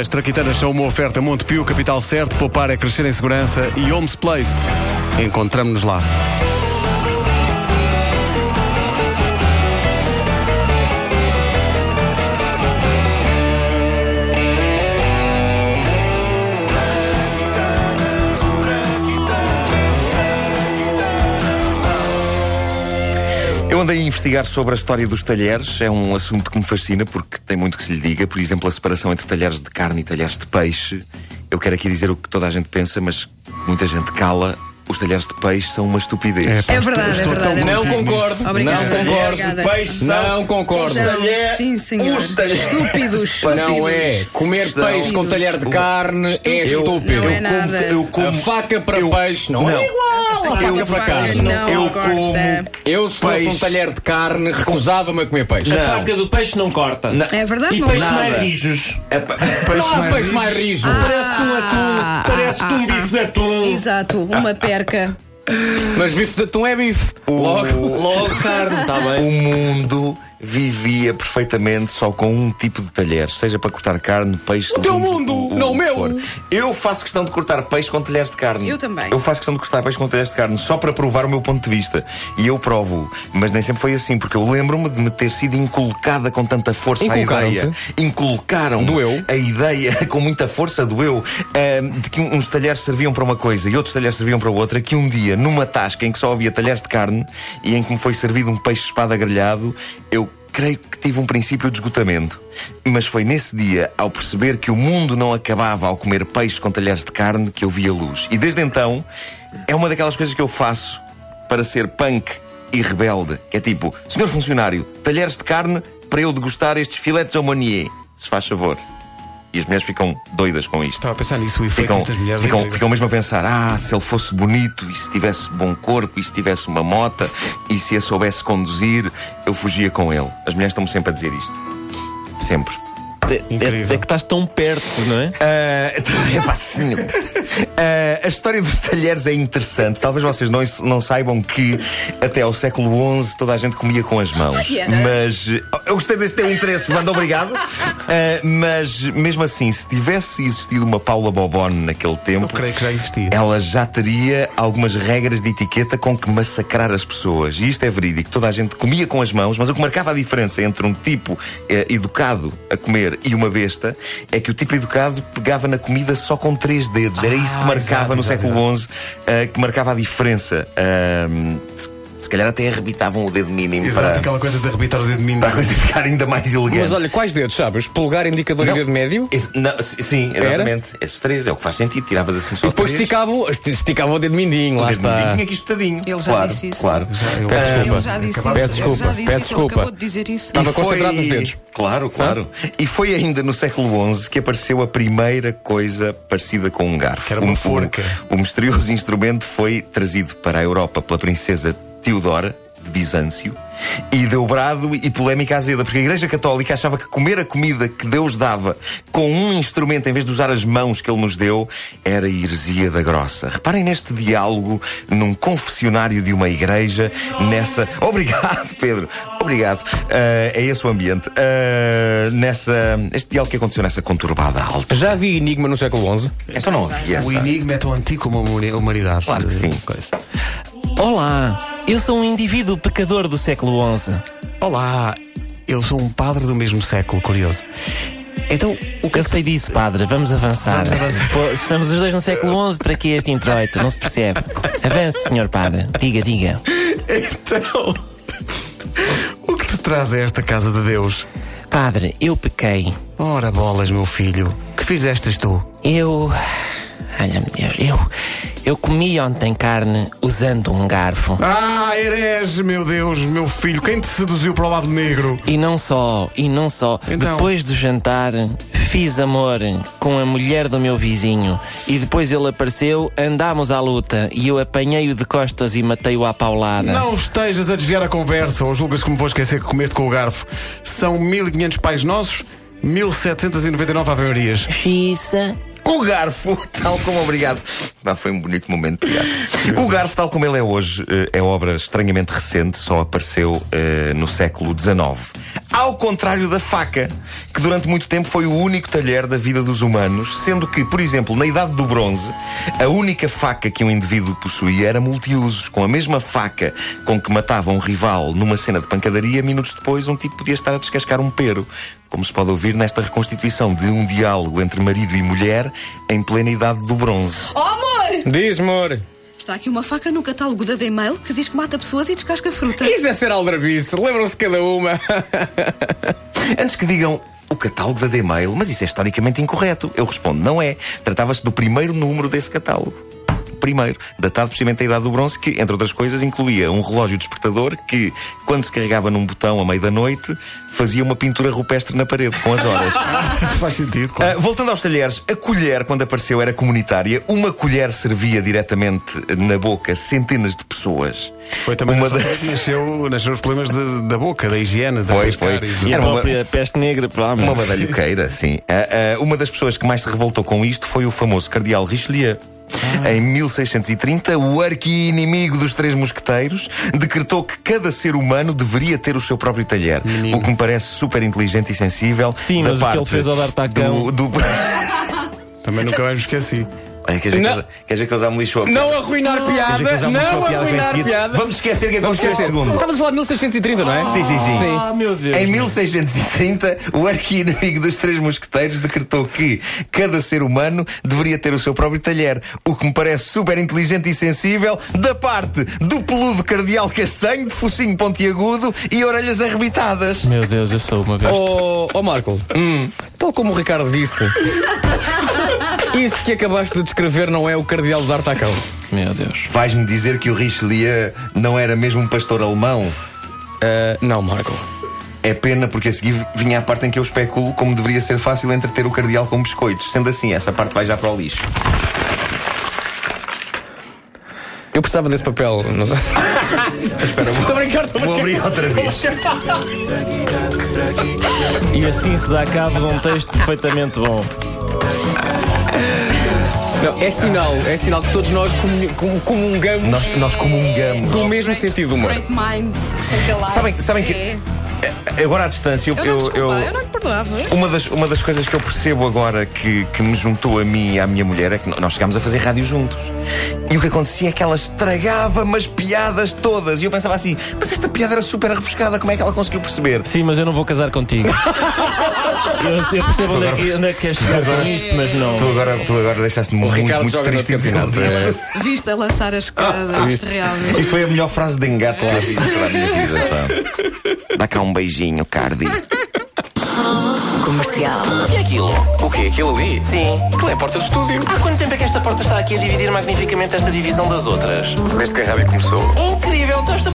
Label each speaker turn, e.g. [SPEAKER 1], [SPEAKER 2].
[SPEAKER 1] As traquitanas são uma oferta Montepio, capital certo, poupar é crescer em segurança e Homes Place. Encontramos-nos lá.
[SPEAKER 2] Eu andei a investigar sobre a história dos talheres. É um assunto que me fascina porque tem muito que se lhe diga. Por exemplo, a separação entre talheres de carne e talheres de peixe. Eu quero aqui dizer o que toda a gente pensa, mas muita gente cala. Os talheres de peixe são uma estupidez.
[SPEAKER 1] pá,
[SPEAKER 3] É verdade,
[SPEAKER 1] estou- estou
[SPEAKER 3] é verdade,
[SPEAKER 1] tão
[SPEAKER 3] é
[SPEAKER 4] Não
[SPEAKER 1] contigo nisso.
[SPEAKER 4] concordo.
[SPEAKER 3] Obrigada.
[SPEAKER 4] Não concordo.
[SPEAKER 3] Obrigada.
[SPEAKER 2] Peixes
[SPEAKER 4] Não concordo.
[SPEAKER 3] Não,
[SPEAKER 2] talher-
[SPEAKER 3] Sim, senhor.
[SPEAKER 2] os talher-
[SPEAKER 3] Estúpidos, estúpidos.
[SPEAKER 4] é Não é. Comer
[SPEAKER 2] Estão-
[SPEAKER 4] peixe com talher de carne é
[SPEAKER 3] Eu-
[SPEAKER 4] estúpido.
[SPEAKER 3] Não é nada.
[SPEAKER 2] eu como,
[SPEAKER 4] A faca para
[SPEAKER 2] eu-
[SPEAKER 4] peixe não,
[SPEAKER 2] Não.
[SPEAKER 4] é igual. A faca para carne.
[SPEAKER 3] Não,
[SPEAKER 2] Eu
[SPEAKER 3] corta.
[SPEAKER 4] Eu, se fosse um
[SPEAKER 2] Peixe.
[SPEAKER 4] talher de carne, recusava-me a comer peixe.
[SPEAKER 2] Não.
[SPEAKER 5] A faca do peixe não corta.
[SPEAKER 3] É verdade,
[SPEAKER 5] E
[SPEAKER 3] não
[SPEAKER 5] peixe
[SPEAKER 3] corta.
[SPEAKER 5] mais
[SPEAKER 2] Nada.
[SPEAKER 5] rijos.
[SPEAKER 2] peixe
[SPEAKER 4] Não há peixe mais rijo.
[SPEAKER 5] Parece-te
[SPEAKER 4] é
[SPEAKER 5] um
[SPEAKER 3] Ah,
[SPEAKER 5] atum. Parece-te um bife de atum.
[SPEAKER 3] Exato,
[SPEAKER 4] Ah,
[SPEAKER 3] uma perca.
[SPEAKER 4] Mas bife de atum é bife. Logo.
[SPEAKER 5] Logo carne, está bem.
[SPEAKER 2] O mundo vivia perfeitamente só com um tipo de talheres, seja para cortar carne, peixe. O
[SPEAKER 4] teu mundo, não o meu.
[SPEAKER 2] Eu faço questão de cortar peixe com talheres de carne.
[SPEAKER 3] Eu também.
[SPEAKER 2] Eu faço questão de cortar peixe com talheres de carne só para provar o meu ponto de vista. E eu provo. Mas nem sempre foi assim, porque eu lembro-me de me ter sido inculcada com tanta força a
[SPEAKER 4] Inculcaram-te?
[SPEAKER 2] ideia. Inculcaram
[SPEAKER 4] Doeu?
[SPEAKER 2] a ideia, com muita força do eu, ahm, de que uns talheres serviam para uma coisa e outros talheres serviam para outra, que um dia, numa tasca em que só havia talheres de carne e em que me foi servido um peixe-espada grelhado, eu creio que tive um princípio de esgotamento. Mas foi nesse dia, ao perceber que o mundo não acabava ao comer peixe com talheres de carne, que eu vi a luz. E desde então, é uma daquelas coisas que eu faço para ser punk e rebelde, que é tipo, senhor funcionário, talheres de carne para eu degustar estes filetes ao Monnier, se faz favor. E as mulheres ficam doidas com isto.
[SPEAKER 1] Estava a pensar nisso, o efeito
[SPEAKER 2] Ficam,
[SPEAKER 1] destas mulheres. é
[SPEAKER 2] ficam,
[SPEAKER 1] incrível.
[SPEAKER 2] ficam mesmo a pensar: ah, se ele fosse bonito, e se tivesse bom corpo, e se tivesse uma mota, e se a soubesse conduzir, eu fugia com ele. As mulheres estão-me sempre a dizer isto. Sempre.
[SPEAKER 5] É, é que estás tão perto, não é?
[SPEAKER 2] Ah, é pá, senhor. Ah, a história dos talheres é interessante. Talvez vocês não, não saibam que até ao século XI toda a gente comia com as mãos.
[SPEAKER 3] Ai, era.
[SPEAKER 2] Mas eh, eu gostei desse teu interesse, Wanda, obrigado. Ah, mas mesmo assim, se tivesse existido uma Paula Bobone naquele tempo,
[SPEAKER 1] Eu creio que já existia.
[SPEAKER 2] ela já teria algumas regras de etiqueta com que massacrar as pessoas. E isto é verídico. Toda a gente comia com as mãos, mas o que marcava a diferença entre um tipo eh, educado a comer e uma besta é que o tipo educado pegava na comida só com três dedos. Era isso que
[SPEAKER 1] Ah,
[SPEAKER 2] marcava
[SPEAKER 1] exato,
[SPEAKER 2] no
[SPEAKER 1] exato,
[SPEAKER 2] século XI, eh, que marcava a diferença. Ahm, se- se calhar até arrebitavam o dedo mínimo
[SPEAKER 1] Exato,
[SPEAKER 2] para,
[SPEAKER 1] aquela coisa de arrebitar o dedo de mim.
[SPEAKER 2] para a coisa ficar ainda mais elegante.
[SPEAKER 4] Mas olha, quais dedos, sabes? Polegar, indicador e
[SPEAKER 2] Não.
[SPEAKER 4] dedo médio?
[SPEAKER 2] Esse- não, si- sim, exatamente. Esses três, é o que faz sentido. Tiravas assim só
[SPEAKER 4] E depois
[SPEAKER 2] três.
[SPEAKER 4] esticavam, esticavam o dedo mindinho, lá
[SPEAKER 2] Mas ninguém
[SPEAKER 4] está. Ah,
[SPEAKER 2] Tinha aqui espetadinho.
[SPEAKER 3] Ele já
[SPEAKER 2] claro,
[SPEAKER 3] disse isso.
[SPEAKER 2] Claro.
[SPEAKER 1] eu-
[SPEAKER 4] Peço
[SPEAKER 3] Ele
[SPEAKER 4] desculpa.
[SPEAKER 3] já disse isso.
[SPEAKER 1] Acabava-
[SPEAKER 4] Peço
[SPEAKER 3] Ele já disse
[SPEAKER 4] desculpa, peço
[SPEAKER 3] isso. Ele acabou
[SPEAKER 4] desculpa.
[SPEAKER 3] de dizer isso.
[SPEAKER 4] Estava
[SPEAKER 2] foi-
[SPEAKER 4] concentrado nos dedos.
[SPEAKER 2] Claro, claro. E foi ainda no século XI que apareceu a primeira coisa parecida com um garfo.
[SPEAKER 1] Que era uma
[SPEAKER 2] Um- um-
[SPEAKER 1] forca.
[SPEAKER 2] O, misterioso instrumento foi trazido para a Europa pela princesa Teodora. De Bizâncio e deu brado e polémica azeda, porque a Igreja Católica achava que comer a comida que Deus dava com um instrumento em vez de usar as mãos que ele nos deu era heresia da grossa. Reparem neste diálogo num confessionário de uma igreja, nessa. Obrigado, Pedro, obrigado. Ah, é esse o ambiente. Ah, nessa. Este diálogo que aconteceu nessa conturbada alta.
[SPEAKER 4] Já vi Enigma no século XI?
[SPEAKER 2] Então não havia.
[SPEAKER 1] O
[SPEAKER 2] essa-
[SPEAKER 1] enigma é tão antigo como a humani- humanidade.
[SPEAKER 2] Claro que sim.
[SPEAKER 1] Coisa.
[SPEAKER 5] Olá, eu sou um indivíduo pecador do século XI.
[SPEAKER 1] Olá, eu sou um padre do mesmo século, curioso. Então, o que é
[SPEAKER 5] Eu
[SPEAKER 1] que
[SPEAKER 5] sei disso, padre. Vamos avançar.
[SPEAKER 1] Vamos avançar.
[SPEAKER 5] Pô, Estamos os dois no século XI, para que este introito? Não se percebe. Avance, senhor padre. Diga, diga.
[SPEAKER 1] Então, o que te traz a esta casa de Deus?
[SPEAKER 5] Padre, eu pequei.
[SPEAKER 1] Ora bolas, meu filho, que fizestes tu?
[SPEAKER 5] Eu. Olha, mulher, eu. Eu comi ontem carne usando um garfo.
[SPEAKER 1] Ah, herege, meu Deus, meu filho, quem te seduziu para o lado negro?
[SPEAKER 5] E não só, e não só.
[SPEAKER 1] Então?
[SPEAKER 5] Depois do jantar, fiz amor com a mulher do meu vizinho. E depois ele apareceu, andámos à luta. E eu apanhei-o de costas e matei-o à paulada.
[SPEAKER 1] Não estejas a desviar a conversa ou julgas que me vou esquecer que comeste com o garfo. São 1500 pais nossos, 1799 ave-marias.
[SPEAKER 5] Xisa,
[SPEAKER 2] O garfo, tal como obrigado. Ah, foi um bonito momento. obrigado. O garfo, tal como ele é hoje, eh, é obra estranhamente recente, só apareceu eh, no século XIX. Ao contrário da faca, que durante muito tempo foi o único talher da vida dos humanos, sendo que, por exemplo, na Idade do Bronze, a única faca que um indivíduo possuía era multiusos. Com a mesma faca com que matava um rival numa cena de pancadaria, minutos depois um tipo podia estar a descascar um pero. Como se pode ouvir nesta reconstituição de um diálogo entre marido e mulher em plena idade do bronze.
[SPEAKER 3] Oh, amor!
[SPEAKER 4] Diz, amor.
[SPEAKER 3] Está aqui uma faca no catálogo da Daymail que diz que mata pessoas e descasca fruta.
[SPEAKER 4] Isso deve ser aldrabice. Lembram-se cada uma.
[SPEAKER 2] Antes que digam o catálogo da D-Mail, mas isso é historicamente incorreto. Eu respondo, não é. Tratava-se do primeiro número desse catálogo. O Primeiro, datado precisamente da Idade do Bronze, que, entre outras coisas, incluía um relógio despertador que, quando se carregava num botão à meia da noite, fazia uma pintura rupestre na parede com as horas.
[SPEAKER 1] Faz sentido, claro.
[SPEAKER 2] Ah, voltando aos talheres, a colher, quando apareceu, era comunitária. Uma colher servia diretamente na boca centenas de pessoas.
[SPEAKER 1] Foi também
[SPEAKER 2] uma
[SPEAKER 1] nessa altura que nasceu, nasceram os problemas de- da boca, da higiene, da
[SPEAKER 2] Foi,
[SPEAKER 1] das
[SPEAKER 2] foi.
[SPEAKER 1] cáries,
[SPEAKER 5] E
[SPEAKER 1] do-
[SPEAKER 5] a
[SPEAKER 2] Era uma-
[SPEAKER 5] própria peste negra, provavelmente.
[SPEAKER 2] Uma badalhoqueira, sim. Ah, ah, uma das pessoas que mais se revoltou com isto foi o famoso cardeal Richelieu.
[SPEAKER 1] Ah.
[SPEAKER 2] Em 1630, o arqui-inimigo dos Três Mosqueteiros decretou que cada ser humano deveria ter o seu próprio talher. O que me parece super inteligente e sensível.
[SPEAKER 5] Sim,
[SPEAKER 2] da
[SPEAKER 5] mas o que ele
[SPEAKER 2] parte
[SPEAKER 5] fez ao dar tacão-
[SPEAKER 2] Do, do...
[SPEAKER 1] Também nunca mais me esqueci.
[SPEAKER 2] Olha, quer dizer, que
[SPEAKER 4] Não.
[SPEAKER 2] eles- quer dizer que eles já me lixou a
[SPEAKER 4] Não arruinar
[SPEAKER 2] Quer dizer que
[SPEAKER 4] piada.
[SPEAKER 2] eles já me lixou
[SPEAKER 4] Não
[SPEAKER 2] a piada que vem
[SPEAKER 4] arruinar
[SPEAKER 2] seguinte.
[SPEAKER 4] piada.
[SPEAKER 2] Vamos esquecer o que
[SPEAKER 4] Vamos
[SPEAKER 2] aconteceu no
[SPEAKER 4] esquecer.
[SPEAKER 2] segundo.
[SPEAKER 4] Estávamos a falar de 1630, não é?
[SPEAKER 2] Sim, sim, sim.
[SPEAKER 5] Ah, meu Deus.
[SPEAKER 2] Em 1630, o arqui-inimigo dos Três Mosqueteiros decretou que cada ser humano deveria ter o seu próprio talher, o que me parece super inteligente e sensível da parte do peludo cardeal castanho, de focinho pontiagudo e orelhas arrebitadas.
[SPEAKER 5] Meu Deus, eu sou uma besta.
[SPEAKER 4] Oh, oh Marco,
[SPEAKER 2] Hum.
[SPEAKER 4] tal como o Ricardo disse, isso que acabaste de descrever não é o cardeal de Artacão.
[SPEAKER 5] Meu Deus.
[SPEAKER 2] Vais-me dizer que o Richelieu não era mesmo um pastor alemão?
[SPEAKER 4] Ah, não, Marco.
[SPEAKER 2] É pena porque a seguir vinha a parte em que eu especulo como deveria ser fácil entreter o cardeal com biscoitos. Sendo assim, essa parte vai já para o lixo.
[SPEAKER 4] Eu precisava desse papel. Não sei.
[SPEAKER 2] Espera, vou,
[SPEAKER 4] Estou a brincar, estou a
[SPEAKER 2] vou
[SPEAKER 4] brincar.
[SPEAKER 2] abrir outra vez.
[SPEAKER 5] E assim se dá cabo de um texto perfeitamente bom.
[SPEAKER 4] Não, é sinal, é sinal que todos nós comu- com- comungamos
[SPEAKER 2] Nós, nós comungamos.
[SPEAKER 4] com o mesmo sentido humano.
[SPEAKER 3] Great minds. Aquela
[SPEAKER 2] Sabem- sabem que-
[SPEAKER 3] É.
[SPEAKER 2] Agora à distância, eu,
[SPEAKER 3] Eu não, desculpa, eu, não lhe perdoava.
[SPEAKER 2] Uma das, uma das coisas que eu percebo agora que, que me juntou a mim e à minha mulher é que no- nós chegámos a fazer rádio juntos. E o que acontecia é que ela estragava-me as piadas todas. E eu pensava assim, mas esta piada era super rebuscada, como é que ela conseguiu perceber?
[SPEAKER 5] Sim, mas eu não vou casar contigo. eu, eu percebo onde é, que, onde é que queres chegar com isto, mas não.
[SPEAKER 2] Tu agora, tu agora deixaste-me muito,
[SPEAKER 4] Ricardo
[SPEAKER 2] muito
[SPEAKER 4] joga
[SPEAKER 2] triste e
[SPEAKER 4] no É. campeonato.
[SPEAKER 2] desanimado.
[SPEAKER 3] Viste a lançar as
[SPEAKER 2] Ah,
[SPEAKER 3] escadas, realmente.
[SPEAKER 2] Isto foi a melhor frase de engato lá vi para a minha vida, sabe? Dá cá um beijinho, Cardi.
[SPEAKER 6] Comercial.
[SPEAKER 7] O que é aquilo? O que é aquilo ali?
[SPEAKER 6] Sim.
[SPEAKER 7] Aquilo é a porta do estúdio.
[SPEAKER 6] Há quanto tempo é que esta porta está aqui a dividir magnificamente esta divisão das outras?
[SPEAKER 7] Desde que a rádio começou.
[SPEAKER 6] É incrível, estou